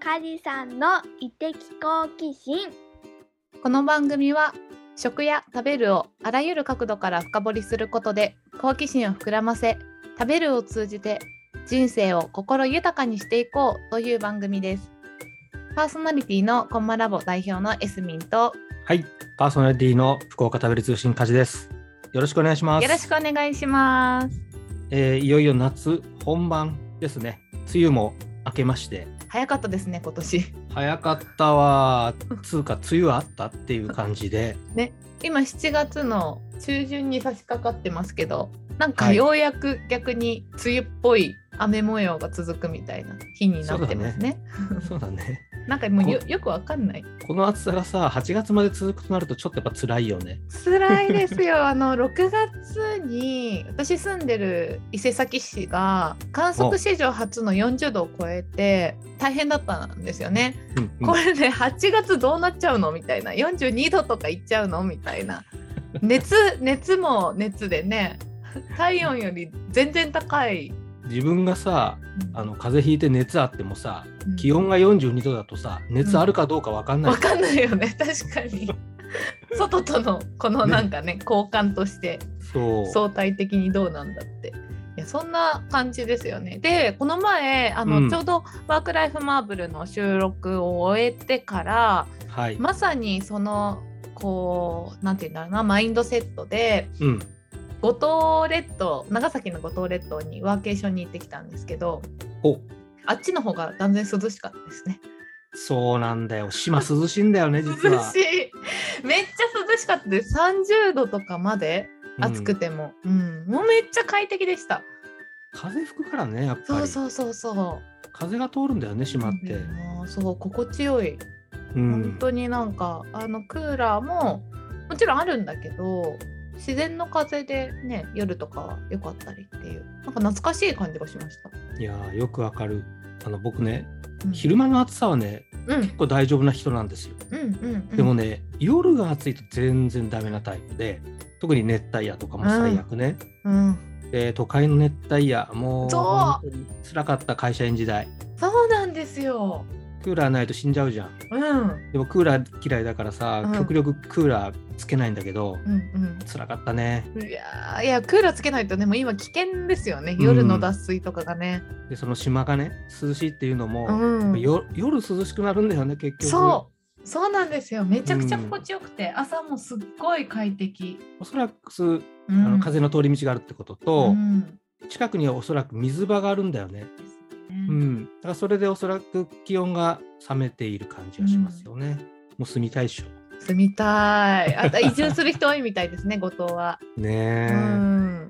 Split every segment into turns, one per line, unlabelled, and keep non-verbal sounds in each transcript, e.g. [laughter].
カジさんの知的好奇心
この番組は食や食べるをあらゆる角度から深掘りすることで好奇心を膨らませ食べるを通じて人生を心豊かにしていこうという番組ですパーソナリティのコンマラボ代表のエスミンと
はい、パーソナリティの福岡食べる通信カジです。よろしくお願いします。
よろしくお願いします
えーいよいよ夏本番ですね。梅雨も明けまして、
早かったですね今年
早かったわー。つうか梅雨あったっていう感じで、
今7月の中旬に差し掛かってますけどなん
は
か
い
ようやく逆に梅雨っぽい雨模様が続くみたいな日になってますね
そうだね。
なんかもうよよくわかんない
この暑さがさ、8月まで続くとなるとちょっとやっぱ辛いよね。
辛いですよあの6月に私住んでる伊勢崎市が観測史上初の40度を超えて大変だったんですよね。
うんうん
これね8月どうなっちゃうのみたいな42度とかいっちゃうのみたいな
[laughs]
熱熱も熱でね体温より全然高い。
自分がさ、あの風邪ひいて熱あってもさ、
うん
気温が42度だとさ、熱あるかどうかわかんない。
わかんないよね確かに外とのこのなんかね交換として
そう。
相対的にどうなんだって。いやそんな感じですよね。でこの前あの、
うん
ちょうど「ワーク・ライフ・マーブル」の収録を終えてから
はい。
まさにそのこうなんて言うんだろうなマインドセットで
うん。
五島列島長崎の五島列島にワーケーションに行ってきたんですけど
お、
あっちの方が断然涼しかったですね。
そうなんだよ。島涼しいんだよね、
涼
実は。
しいめっちゃ涼しかったです30度とかまで
うん
暑くても、うんもうめっちゃ快適でした。
風吹くからねやっぱり
そうそうそうそう。
風が通るんだよね島って
うん、もうそう心地よい、
うん
本当になんかあのクーラーももちろんあるんだけど自然の風でね夜とかは良かったりっていうなんか懐かしい感じがしました、
いやーよくわかるあの僕ね
うん、
昼間の暑さはね
うんうん
結構大丈夫な人なんですよ
うんうん
でもね、夜が暑いと全然ダメなタイプで特に熱帯夜とかも最悪ね、
うん
で都会の熱帯夜もう
そう
本当に辛かった会社員時代
そうなんですよ
クーラーないと死んじゃうじゃん
うんうん
でもクーラー嫌いだからさ、
うん
極力クーラーつけないんだけど辛かったね
うんいやーいやクーラーつけないとねもう今危険ですよね夜の脱水とかがね、
でその島がね涼しいっていうのも、
うん
よ夜涼しくなるんだよね結局
そうそうなんですよめちゃくちゃ心地よくて、朝もすっごい快適、
おそらく
う
あ
ん
の風の通り道があるってことと
う、ん
近くにはおそらく水場があるんだよね、
です
う
ね
ん、だからそれでおそらく気温が冷めている感じがしますよね、もう住みたいっしょ
住みたい。あ
[laughs]
と移住する人多いみたいですね、五島は。う
ねえ、
ん。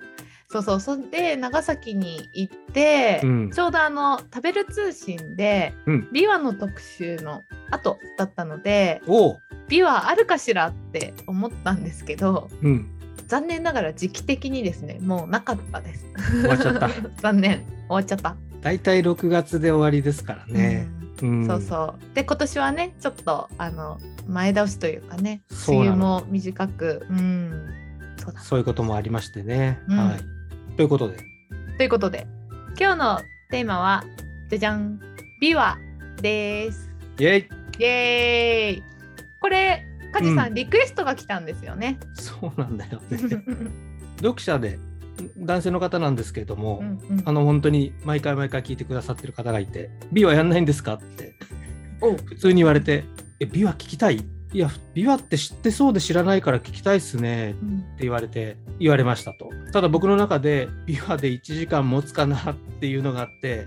そうそう。そんで長崎に行って、
うん
ちょうどあの食べる通信で
うん
琵琶の特集の後だったので、
おう、
琵琶あるかしらって思ったんですけど、
うん、
残念ながら時期的にですね、もうなかったです。 [laughs]
終わっちゃった
残念。終わっちゃった。
大体6月で終わりですからね、
うん
うん
そうそうで今年はねちょっとあの前倒しというかね
そう
梅
なの
雨も短くうんそうだ
そういうこともありましてね、
うん
はいということで
ということで今日のテーマはじゃじゃん琵琶です
イエイ
イエーイこれ梶さん、
うん
リクエストが来たんですよ
[laughs]
ね
そうなんだよ
う
ね
ん
読者で男性の方なんですけれども、
うん
あの本当に毎回毎回聞いてくださってる方がいて「美はやんないんですか?」って
おう
普通に言われて「え美は聞きたい?」「いや美はって知ってそうで知らないから聞きたいっすね」
うん
って言われて言われましたとただ僕の中で美はで1時間持つかなっていうのがあって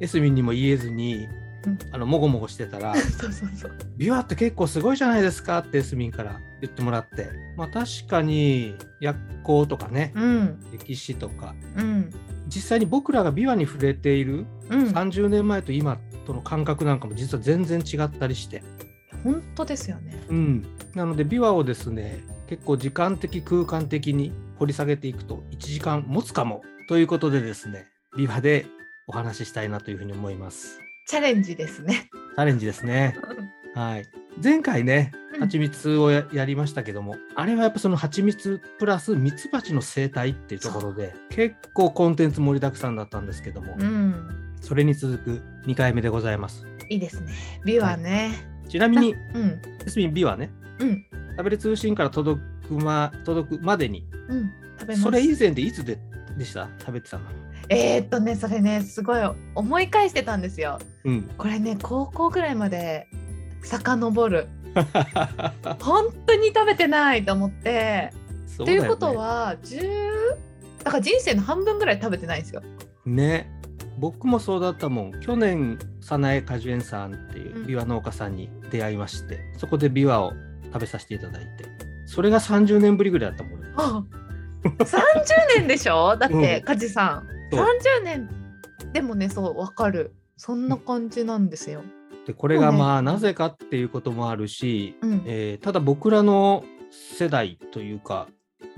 エスミンにも言えずに
うん
あのもごもごしてたら
そうそうそう
「美はって結構すごいじゃないですか」ってエスミンから言ってもらってまあ確かに薬効とかね
うん
歴史とか
うん
実際に僕らが美和に触れている
うん
30年前と今との感覚なんかも実は全然違ったりして、
本当ですよね
うん、なので琵琶をですね結構時間的空間的に掘り下げていくと1時間持つかもということでですね琵琶でお話ししたいなというふうに思います
チャレンジですね [laughs]
チャレンジですねはい前回ね
うん
蜂蜜をややりましたけども、あれはやっぱその蜂蜜プラス蜜蜂の生態っていうところで結構コンテンツ盛りだくさんだったんですけども、
うん
それに続く2回目でございます
いいですね。美はね。
ちなみに、
うん。
エスミン B はね、
うん。
食べる通信から届くま届くまでに、
うん。食べます。
それ以前でいつででした食べてたの。
えーっとね、それね、すごい思い返してたんですよ。 [laughs]
うん。
これね、高校ぐらいまで遡る。本当に食べてないと思って。
そ
と
だよ
い
ね
うこと。は、10だから人生の半分ぐらい食べてないんですよ。 [laughs]
ね。僕もそうだったもん。去年、早苗果樹園さんっていううんビワ農家さんに出会いまして、そこでビワを食べさせていただいて、それが30年ぶりぐらいだったもん。俺
あ30年でしょだって、
うん
カジさん。
そう
30年。でもね、そう、わかる。そんな感じなんですよ。
でこれが
そうね
まあ、なぜかっていうこともあるし、
うん。
えーただ僕らの世代というか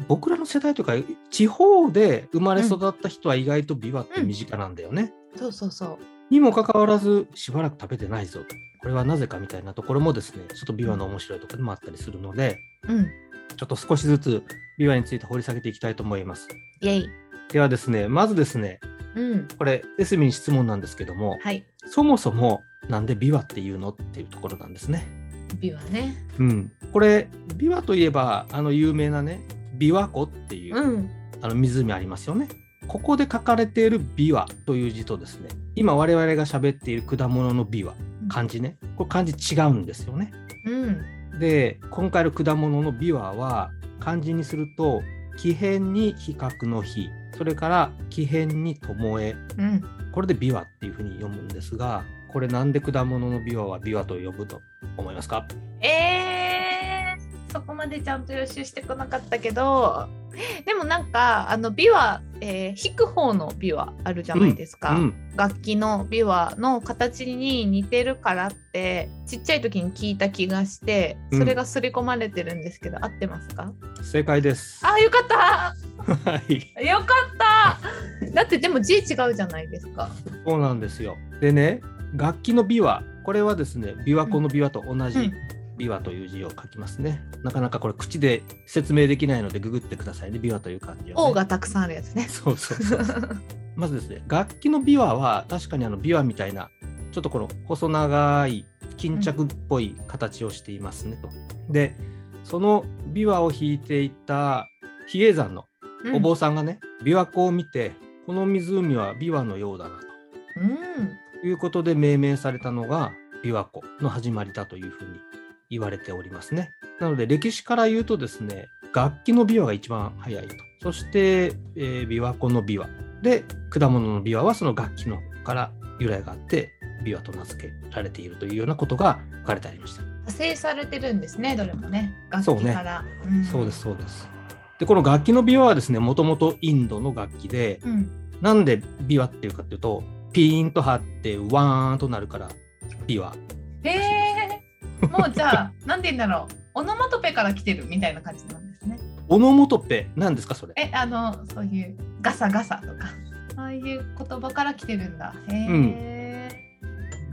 僕らの世代というか地方で生まれ育った人は意外とビワって身近なんだよね。
そうそうそう。
にもかかわらずしばらく食べてないぞとこれはなぜかみたいなところもですねちょっとビワの面白いところでもあったりするので
うん。
ちょっと少しずつビワについて掘り下げていきたいと思います。
イエイ。
ではですねまずですね
うん。
これエスミに質問なんですけども
はい。
そもそもなんでビワっていうのっていうところなんですね。
美はね。
うん、これ琵琶といえばあの有名なね琵琶湖っていう、
うん。
あの湖ありますよねここで書かれている琵琶という字とですね今我々が喋っている果物の琵琶漢字ねこれ漢字違うんですよね
うん。
で今回の果物の琵琶は漢字にすると奇変に比較の比それから奇変に巴
うん。
これで琵琶っていうふうに読むんですがこれなんで果物の琵琶は琵琶と呼ぶと思いますか
えー、そこまでちゃんと予習してこなかったけどでもなんかあの琵琶、えー弾く方の琵琶あるじゃないですか、
うん、
楽器の琵琶の形に似てるからってちっちゃい時に聞いた気がしてそれが刷り込まれてるんですけど、合ってますか
正解です。
あーよかっ
[laughs] はい
たよかっただってでも字違うじゃないですか
そうなんですよ。でね、楽器の琵琶、これはですね、琵琶湖の琵琶と同
う
じ
ん
琵琶という字を書きますね。なかなかこれ口で説明できないのでググってくださいね、琵琶という漢
「
字
王」
を、ね。
がたくさんあるやつね
そうそうそう。まずですね、楽器の琵琶は確かにあの琵琶みたいな、ちょっとこの細長い巾着っぽい形をしていますねと。で、その琵琶を弾いていた比叡山のお坊さんがね、琵琶湖を見て、この湖は琵琶のようだなと。
うん
ということで命名されたのが琵琶湖の始まりだというふうに言われておりますね。なので歴史から言うとですね楽器の琵琶が一番早いとそして、えー琵琶湖の琵琶で果物の琵琶はその楽器の方から由来があって琵琶と名付けられているというようなことが書かれてありました。
派生されてるんですねどれもね楽
そう
器
ね
から
そうですそうです。でこの楽器の琵琶はですねもともとインドの楽器で
うん、うん
なんで琵琶っていうかっていうとピーンと張ってワーンとなるから琵琶
へえもうじゃあなんて言うんだろうオノマトペから来てるみたいな感じなんですね
オノマトペ何ですかそれ
えあのそういうガサガサとかそういう言葉から来てるんだへえ、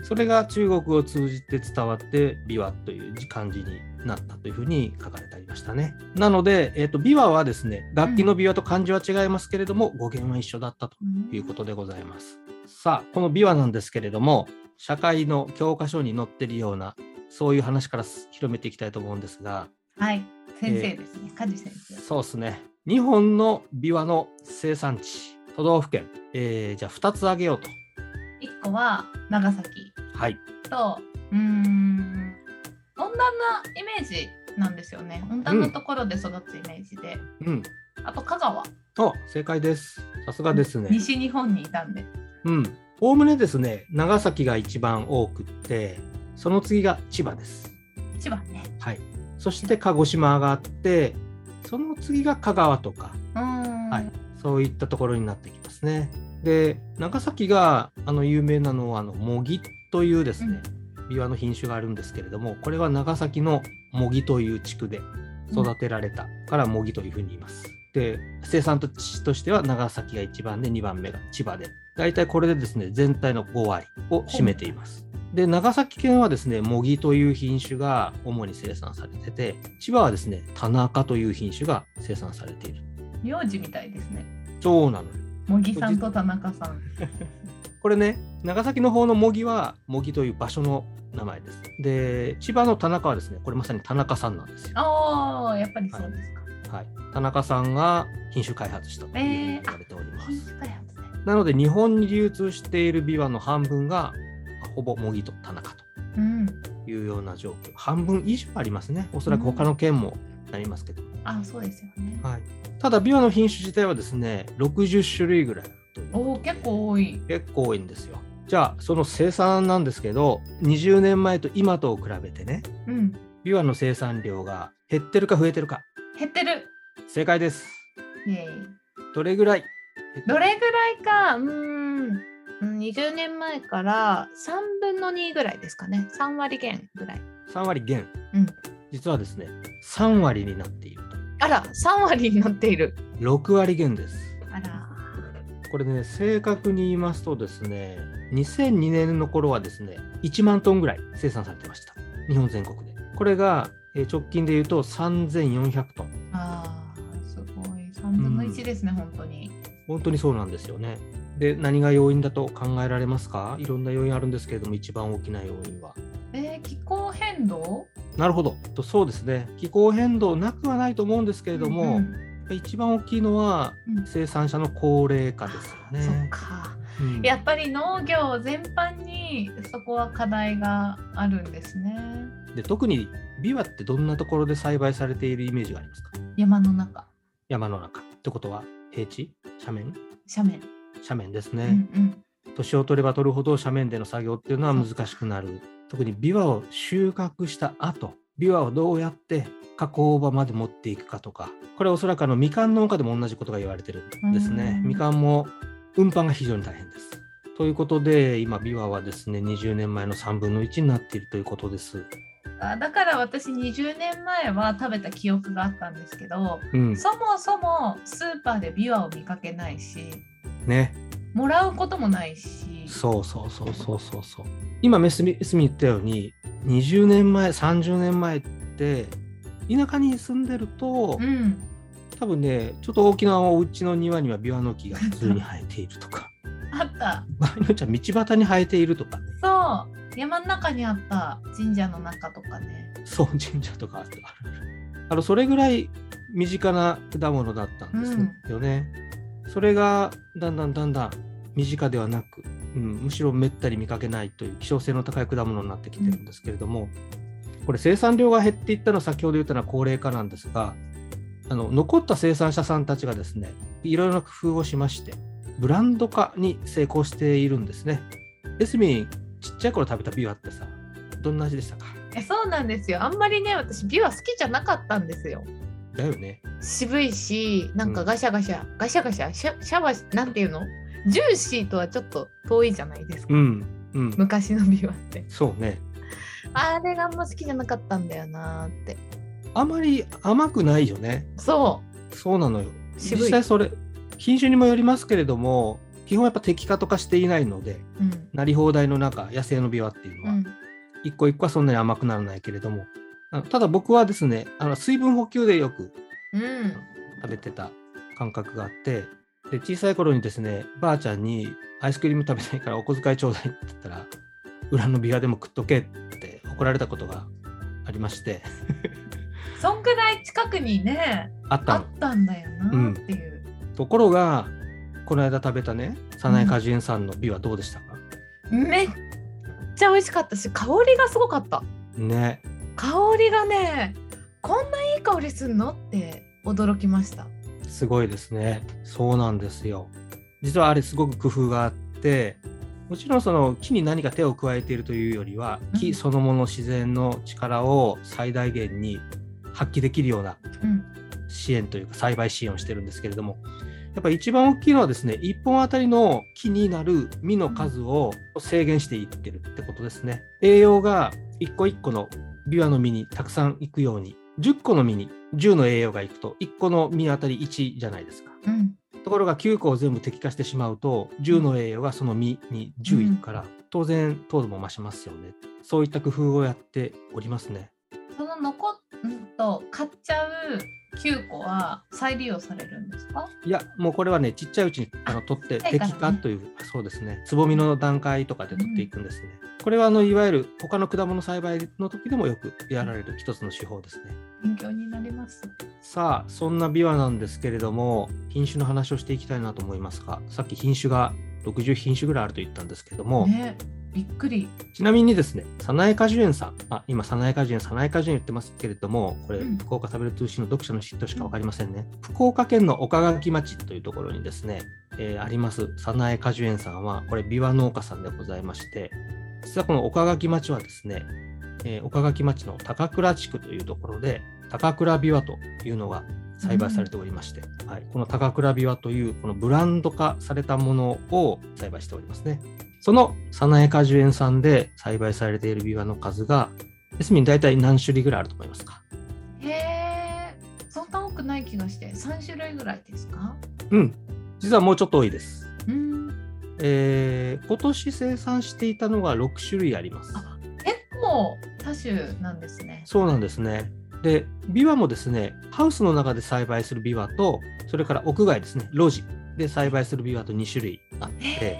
それが中国を通じて伝わって琵琶という漢字になったというふうに書かれてありましたね。なので、えー、と琵琶はですね楽器の琵琶と漢字は違いますけれども、語源は一緒だったと
うん
いうことでございます。さあこの琵琶なんですけれども社会の教科書に載ってるようなそういう話から広めていきたいと思うんですが
はい先生ですね梶先生
そうですね日本の琵琶の生産地都道府県、えーじゃあ2つ挙げようと。
一個は長崎
はい
とうーん温暖なイメージなんですよね温暖なところで育つイメージで、
うん、
あと香川
お正解です。さすがですね。
西日本にいたんで
うん。おおむねですね、長崎が一番多くって、その次が千葉です。
千葉ね
はい。そして鹿児島があって、その次が香川とか、
うーん、
はいそういったところになってきますね。で、長崎があの有名なのは、あの、模擬というですね、琵琶の品種があるんですけれども、これは長崎の模擬という地区で育てられたから模擬というふうに言います。で、生産地としては長崎が1番で2番目が千葉で、大体これでですね、全体の5割を占めています。で、長崎県はですね、模擬という品種が主に生産されてて、千葉はですね、田中という品種が生産されている。
名字みたいですね
そうなのよ
茂木さんと田中さん。
これね、長崎の方の茂木は、茂木という場所の名前です。で、千葉の田中はですね、これまさに田中さんなんですよ。
ああ、やっぱりそうですか。
はい、田中さんが品種開発したというふうに言われております。
品種開発ね。
なので、日本に流通しているビワの半分が、まあほぼ茂木と田中と
うん。
いうような状況。半分以上ありますね。おそらく他の県もなりますけど。
あ、そうですよね。
はい、ただ、ビワの品種自体はですね、60種類ぐらいあるという
お
こ
お、
とで
結構多い。
結構多いんですよ。じゃあその生産なんですけど20年前と今とを比べてね
うん。
ビワの生産量が減ってるか増えてるか
減ってる。
正解です。
イエーイ
どれぐらい
どれぐらいか、うーん、うん20年前から3分の2ぐらいですかね。3割減ぐらい。
?3 割減。
うん
実はですね3割になっていると。
あら、3割になっている。
6割減です。
あら。
これね正確に言いますとですね2002年の頃はですね1万トンぐらい生産されてました日本全国で。これがえー直近で言うと3400トン。
あーすごい。3分の1ですね、本当に。
本当にそうなんですよね。で何が要因だと考えられますかいろんな要因あるんですけれども一番大きな要因は。
えー、気候変動
なるほどとそうですね気候変動なくはないと思うんですけれども、
うん
一番大きいのは
うん
生産者の高齢化ですよ
そっ
ね。
か。
うん
やっぱり農業全般にそこは課題があるんですね。
で特にビワってどんなところで栽培されているイメージがありますか
山の中、
山の中ってことは平地斜面
斜面。
斜面です
う
ね。
んうん
年を取れば取るほど斜面での作業っていうのは難しくなる特にビワを収穫した後ビワをどうやって加工場まで持っていくかとかこれはおそらくあのみかん農家でも同じことが言われてるんですね
うん
みかんも運搬が非常に大変ですということで今ビワはですね20年前の3分の1になっているということです
あだから私20年前は食べた記憶があったんですけど、
うん
そもそもスーパーでビワを見かけないし
ね
もらうこともないし
そうそうそうそうそうそう今メスミエスミ言ったように20年前30年前って田舎に住んでると、
うん、
多分ねちょっと大きなお家の庭にはビワの木が普通に生えているとか
あった
場合によっちゃ道端に生えているとかね
そう山の中にあった神社の中とかね
[laughs] そう神社とかあるあるあのそれぐらい身近な果物だったんですよね、それがだんだんだんだん身近ではなく、うん、むしろめったに見かけないという希少性の高い果物になってきてるんですけれども、これ生産量が減っていったのは先ほど言ったのは高齢化なんですがあの残った生産者さんたちがですねいろいろな工夫をしましてブランド化に成功しているんですねエスミンちっちゃい頃食べたビワってさどんな味でしたか
えそうなんですよあんまりね私ビワ好きじゃなかったんですよ
だよね
渋いしなんかガシャガシャ、ガシャガシャシャシャワシなんていうのジューシーとはちょっと遠いじゃないですか、
うん、うん、
昔のビワって
そうね。
あれがあんま好きじゃなかったんだよなーって
あまり甘くないよね。
そ
そうなのよ。
う
実
渋い、
際それ、品種にもよりますけれども、基本やっぱ摘果とかしていないので、
うん
なり放題の中、野生のビワっていう
う
のは、
ん、
一個一個はそんなに甘くならないけれども、あのただ僕はですね、あの水分補給でよく
うん、
食べてた感覚があって、で小さい頃にですね、ばあちゃんにアイスクリーム食べたいからお小遣いちょうだいって言ったら、裏のビワでも食っとけって怒られたことがありまして、
そんくらい近くにね
あった
あ
の。
ったんだよなっていう、
ところがこの間食べたね早苗果樹園さんの美はどうでしたか、
めっちゃ美味しかったし香りがすごかった
ね
香りがねこんないい香りすんのって驚きました
すごいですねそうなんですよ実はあれすごく工夫があってもちろんその木に何か手を加えているというよりは
うん
木そのもの自然の力を最大限に発揮できるような
うん
支援というか栽培支援をしてるんですけれどもやっぱり一番大きいのはですね1本あたりの木になる実の数を制限していってるってことですね栄養が1個1個のビワの実にたくさんいくように10個の実に10の栄養がいくと1個の実あたり1じゃないですか
うん
ところが9個を全部摘果してしまうと10の栄養がその実に10いくから、当然糖度も増しますよねそういった工夫をやっておりますね
その残っうんとと買っちゃう9個は再利用されるんですか
いや、もうこれはね、ちっちゃいうちにあの取って、
ちっちゃいから
適
ね
化という、そうですね、つぼみの段階とかで取っていくんですね。これはあのいわゆる他の果物栽培の時でもよくやられる一つの手法ですね。
勉強になります。
さあ、そんなビワなんですけれども、品種の話をしていきたいなと思いますが、さっき品種が60品種ぐらいあると言ったんですけども、
ね、びっくり。
ちなみにですね、早苗果樹園さん、あ今、早苗果樹園、早苗果樹園言ってますけれども、これ、
うん
福岡食べる通信の読者の嫉妬しか分かりませんね。福岡県の岡垣町というところにですね、えーあります早苗果樹園さんは、これ、ビワ農家さんでございまして、実はこの岡垣町はですね、えー岡垣町の高倉地区というところで、高倉ビワというのが栽培されておりまして、はい、この高倉ビワというこのブランド化されたものを栽培しておりますね。その早苗果樹園さんで栽培されているビワの数が、エスミン大体何種類ぐらいあると思いますか
へえ、そんな多くない気がして、3種類ぐらいですか
うん、実はもうちょっと多いです。
うん。
えー今年生産していたのが6種類あります。
あ結構多種なんですね。
そうなんですね。で、ビワもですね、ハウスの中で栽培するビワと、それから屋外ですね、路地で栽培するビワと2種類あって、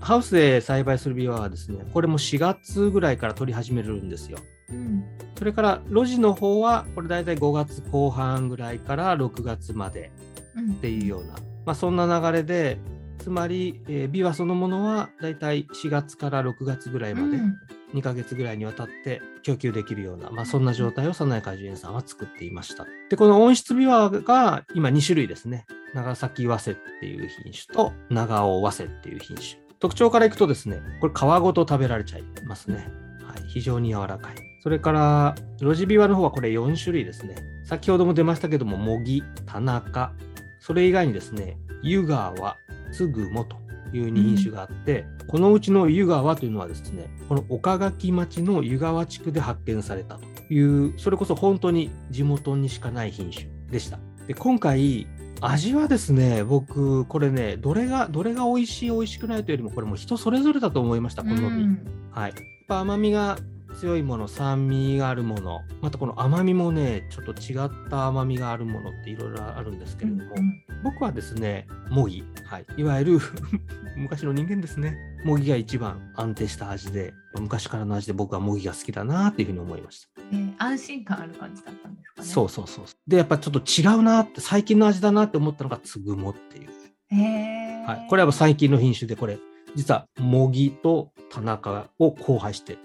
ハウスで栽培するビワはですね、これも4月ぐらいから取り始めるんですよ。
うん。
それから路地の方は、これ大体5月後半ぐらいから6月まで
うん
っていうような、まあ、そんな流れで、つまり、えービワそのものは大体4月から6月ぐらいまで
うん
2ヶ月ぐらいにわたって供給できるような、まあ、そんな状態を早苗果樹園さんは作っていました。で、この温室ビワが今2種類ですね。長崎早生っていう品種と長尾早生っていう品種。特徴からいくとですね、これ皮ごと食べられちゃいますね。はい、非常に柔らかい。それから、ロジビワの方はこれ4種類ですね。先ほども出ましたけども、模擬、田中、それ以外にですね、湯川、つぐもという2品種があって、このうちの湯川というのはですね、この岡垣町の湯川地区で発見されたという、それこそ本当に地元にしかない品種でした。で今回味はですね、僕、これね、どれが、どれが美味しい、美味しくないというよりも、これもう人それぞれだと思いました、好み。
うん
はい、やっぱ甘みが強いもの酸味があるものまたこの甘みもねちょっと違った甘みがあるものっていろいろあるんですけれども、
うん
僕はですね模擬、はい、いわゆる [laughs] 昔の人間ですね模擬が一番安定した味で昔からの味で僕は模擬が好きだなっていうふうに思いました、
えー安心感ある感じだったんですかね。
そうそうそうでやっぱちょっと違うなって最近の味だなって思ったのがつぐもっていう
へえ。
はい、これはもう最近の品種でこれ実は模擬と田中を交配して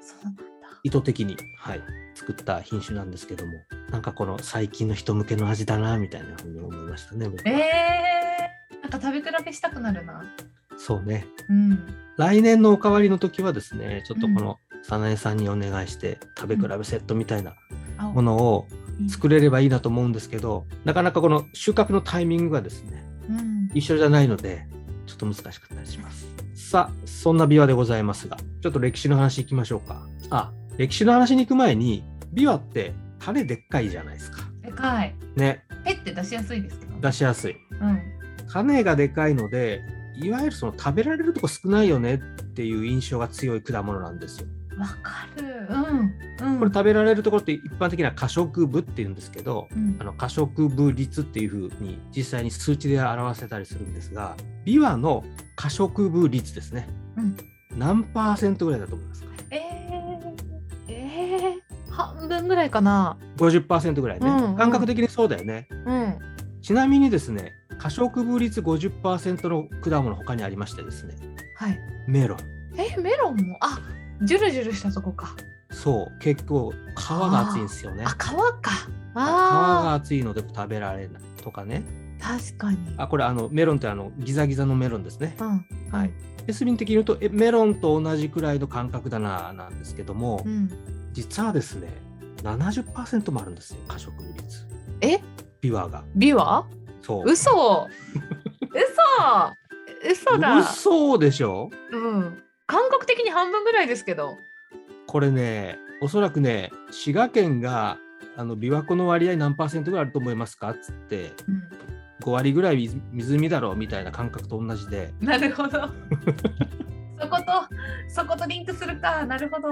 そうなんだ。
意図的に、はい、作った品種なんですけどもなんかこの最近の人向けの味だなみたいなふうに思いましたね僕は
えー、なんか食べ比べしたくなるな。
そうね
うん。
来年のおかわりの時はですねちょっとこの早苗さんにお願いして食べ比べセットみたいな
あ
ものを
いい
作れればいいなと思うんですけどなかなかこの収穫のタイミングがですね
うん。
一緒じゃないのでちょっと難しかったりしますさあそんなビワでございますがちょっと歴史の話いきましょうかあ歴史の話に行く前にビワって種でっかいじゃないですか
でかい。
ね
ペって出しやすいですけど。
出しやすい
うん。
種がでかいのでいわゆるその食べられるとこ少ないよねっていう印象が強い果物なんですよ
わかる。うん。うん。
これ食べられるところって一般的には可食部っていうんですけど
うん
あの可食部率っていうふうに実際に数値で表せたりするんですがビワの可食部率ですね、
うん
何パーセントぐらいだと思いますか
えー、えー、半分ぐらいかな。
50%ぐらいね、
うんうん
感覚的にそうだよね
うん。
ちなみにですね可食部率50%の果物他にありましてですね
はい。
メロン
えメロンもあジュルジュルしたとこか
そう結構皮が厚いんですよね
あ皮か
皮が
あ
厚いので食べられないとかね
ー確かに
あこれあのメロンってあのギザギザのメロンですね
うん
はいエスリン的に言うとえメロンと同じくらいの感覚だななんですけども、
うん
実はですね70%もあるんですよ過食率
え
ビワが
美は
そう
嘘嘘嘘だ
嘘でしょ
うん感覚的に半分ぐらいですけど
これねおそらくね滋賀県があの琵琶湖の割合何パーセントぐらいあると思いますかっつって
うん
[laughs] 5割ぐらい水湖だろうみたいな感覚と同じで
なるほどそことそことリンクするかなるほど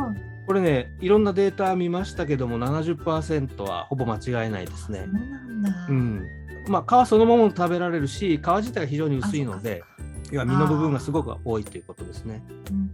これねいろんなデータ見ましたけども70%はほぼ間違いないですね
そう。なんだ、
うんまあ、皮そのままも食べられるし皮自体が非常に薄いので要は身の部分がすごく多いということですね。
うん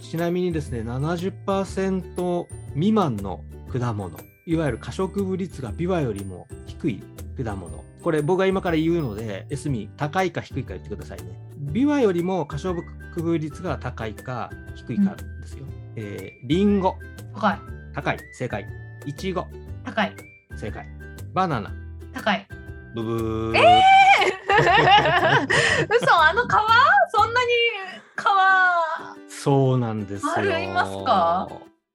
ちなみにですね70%未満の果物いわゆる可食部率がビワよりも低い果物これ僕が今から言うのでエスミ高いか低いか言ってくださいねビワよりも可食部率が高いか低いかですよ、えー、リンゴ
高い
高い正解いちご
高い
正解バナナ
高
[laughs]
い
ブブー、
嘘あの皮そんなに皮
そうなんですよ
ありますか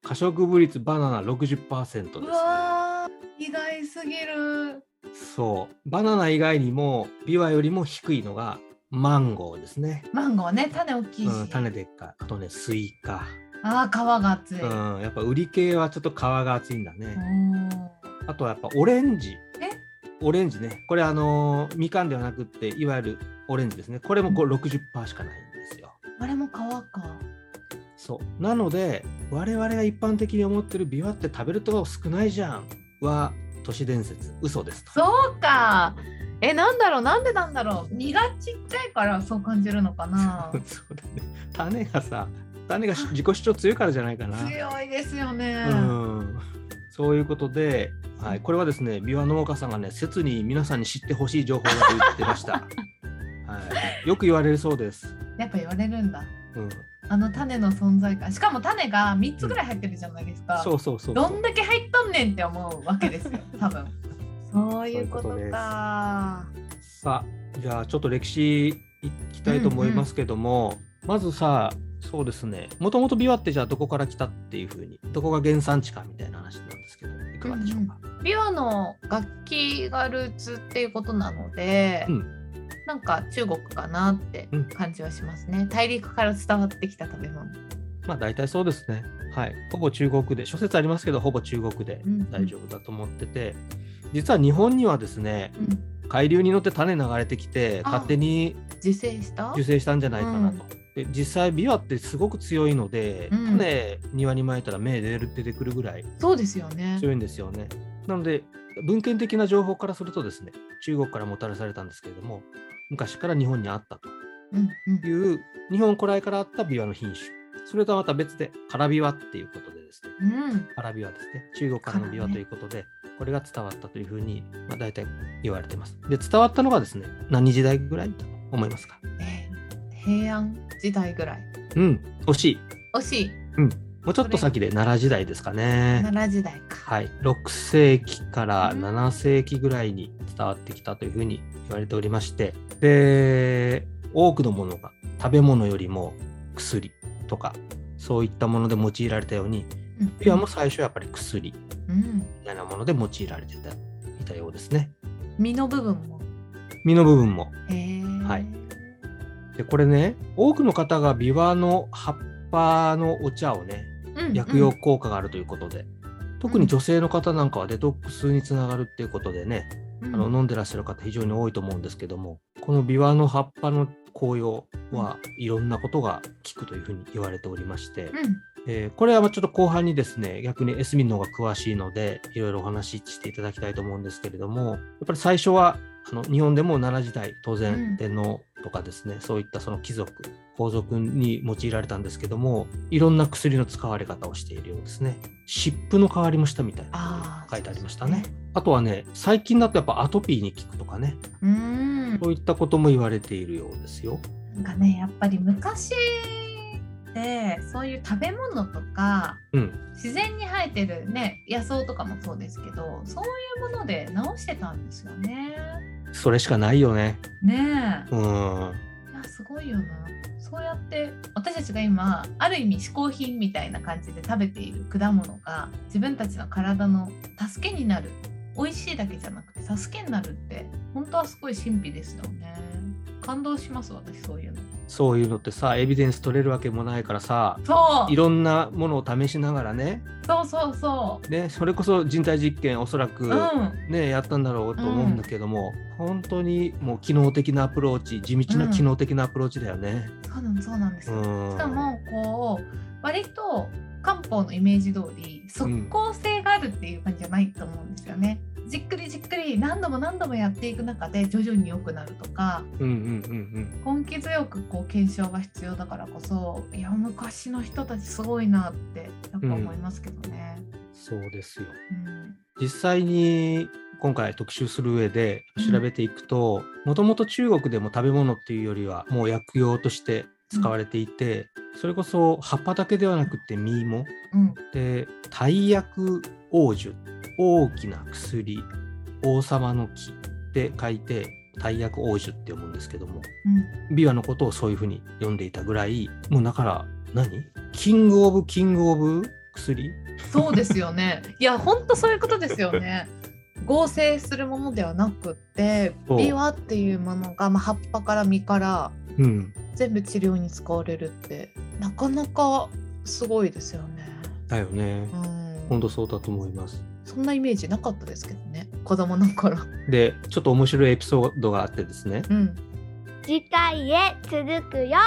可食部率バナナ60%ですね
うわー意外すぎる
そうバナナ以外にもビワよりも低いのがマンゴーですね、
マンゴーね種大きいし、
うん、種でっかいあとねスイカ、
ああ皮が厚い、
う
お
ん、やっぱ売り系はちょっと皮が厚いんだね
ー
あとはやっぱオレンジ
え
オレンジねこれあのーみかんではなくっていわゆるオレンジですねこれもこう60%しかないんですよ
あれも皮か
そうなので我々が一般的に思ってるビワって食べるとこ少ないじゃんは都市伝説嘘ですと。
そうか。え、なんだろう、なんでなんだろう。身がちっちゃいからそう感じるのかな
[laughs] そうだね種がさ種がし自己主張強いからじゃないかな
強いですよね。
うんそういうことで、はい、これはですね、ビワ農家さんがね、切に皆さんに知ってほしい情報だと言ってました。はい、よく言われるそうです。
やっぱ言われるんだ。
うん、
あの種の存在感。しかも種が3つぐらい入ってるじゃないですか。
そうそうそうそ
ど
う。
んだけ入っとんねんって思うわけです
[laughs]
よ、多分。そういうこと
そういうことです
か。
さあ、じゃあちょっと歴史いきたいと思いますけども、まずさ、そうですね、もともとビワってじゃあどこから来たっていうふうに、どこが原産地かみたいな話なんですけど、いかがでしょうか。
ビワの楽器がルーツっていうことなので、
う
なんか中国かなって感じはしますね。大陸から伝わってきた食べ物。
まあ大体そうですね。はい。ほぼ中国で、諸説ありますけど、ほぼ中国で
うん
大丈夫だと思ってて、実は日本にはですね、
うん
海流に乗って種流れてきて、
あ
勝手に
受精した
受精したんじゃないかなと。で実際、ビワってすごく強いので、
うん
種庭にまいたら芽出る出てくるぐらい
そうですよね。
強いんですよね。なので、文献的な情報からするとですね、中国からもたらされたんですけれども、昔から日本にあったと。
うんうん
という日本古来からあったビワの品種それとはまた別でカラビワっていうことでですね
うん、
カラビワですね中国からのビワということで、これが伝わったというふうに、まあ、大体言われてますで伝わったのがですね何時代ぐらいと思いますか
えー平安時代ぐらい
うん惜しい
惜しい
もうちょっと先で奈良時代ですかね
奈良時代か、
はい6世紀から
うん
7世紀ぐらいに伝わってきたというふうに言われておりましてで多くのものが食べ物よりも薬とかそういったもので用いられたように
うん
いやもう最初はやっぱり薬み
うん、
たいなもので用いられてたいたようですね。
身の部分も
身の部分も。
へえ、
はいでこれね多くの方がビワの葉っぱのお茶をね
うんうん、
薬用効果があるということで、特に女性の方なんかはデトックスにつながるっていうことでね、
うん、
あの飲んでらっしゃる方非常に多いと思うんですけどもこのビワの葉っぱの紅葉はいろんなことが効くというふうに言われておりまして。
うん
えーこれはまあちょっと後半にですね逆にエスミンの方が詳しいのでいろいろお話ししていただきたいと思うんですけれどもやっぱり最初はあの日本でも奈良時代当
うん
然天皇とかですね、そういったその貴族皇族に用いられたんですけどもいろんな薬の使われ方をしているようですね湿布の代わりもしたみたい
あ
な
ー
書いてありましたねあとはね最近だとやっぱアトピーに効くとかね
うん
そういったことも言われているようですよ
なんかねやっぱり昔ってそういう食べ物とか
うん
自然に生えてるね野草とかもそうですけどそういうもので直してたんですよね
それしかないよね
ねえ
うん
いやすごいよなそうやって私たちが今ある意味嗜好品みたいな感じで食べている果物が自分たちの体の助けになる美味しいだけじゃなくて助けになるって本当はすごい神秘ですよね感動します私そういうの
そういうのってさエビデンス取れるわけもないからさ
そう
いろんなものを試しながらね
そうそうそ
ねそれこそ人体実験おそらく
ううん
ね、やったんだろうと思うんだけども、本当にもう機能的なアプローチ地道な機能的なアプローチだよね。
そうなんそうなんですよ。
うん
しかもこう割と漢方のイメージ通り即効性があるっていう感じじゃないと思うんですよね。じっくりじっくり何度も何度もやっていく中で徐々に良くなるとか
うんうん
根気強くこう検証が必要だからこそいや昔の人たちすごいなってやっぱ思いますけどね。
うんうんそうですよ
うん
実際に今回特集する上で調べていくともともと中国でも食べ物っていうよりはもう薬用として使われていて、それこそ葉っぱだけではなくて実も
うん
で大薬王樹大きな薬王様の木って書いて大薬王樹って読むんですけども琵琶のことをそういうふうに読んでいたぐらいもうだから何キングオブキングオブ薬
うんそうですよ
[laughs]
ね。いや本当そういうことですよね。合成するものではなくって
そう
ビワっていうものが、まあ、葉っぱから実から
うん
全部治療に使われるってなかなかすごいですよね。
だよね
う
本
ん、
当そうだと思います
そんなイメージなかったですけどね子供の頃。
でちょっと面白いエピソードがあってですね
うん、
次回へ続くよ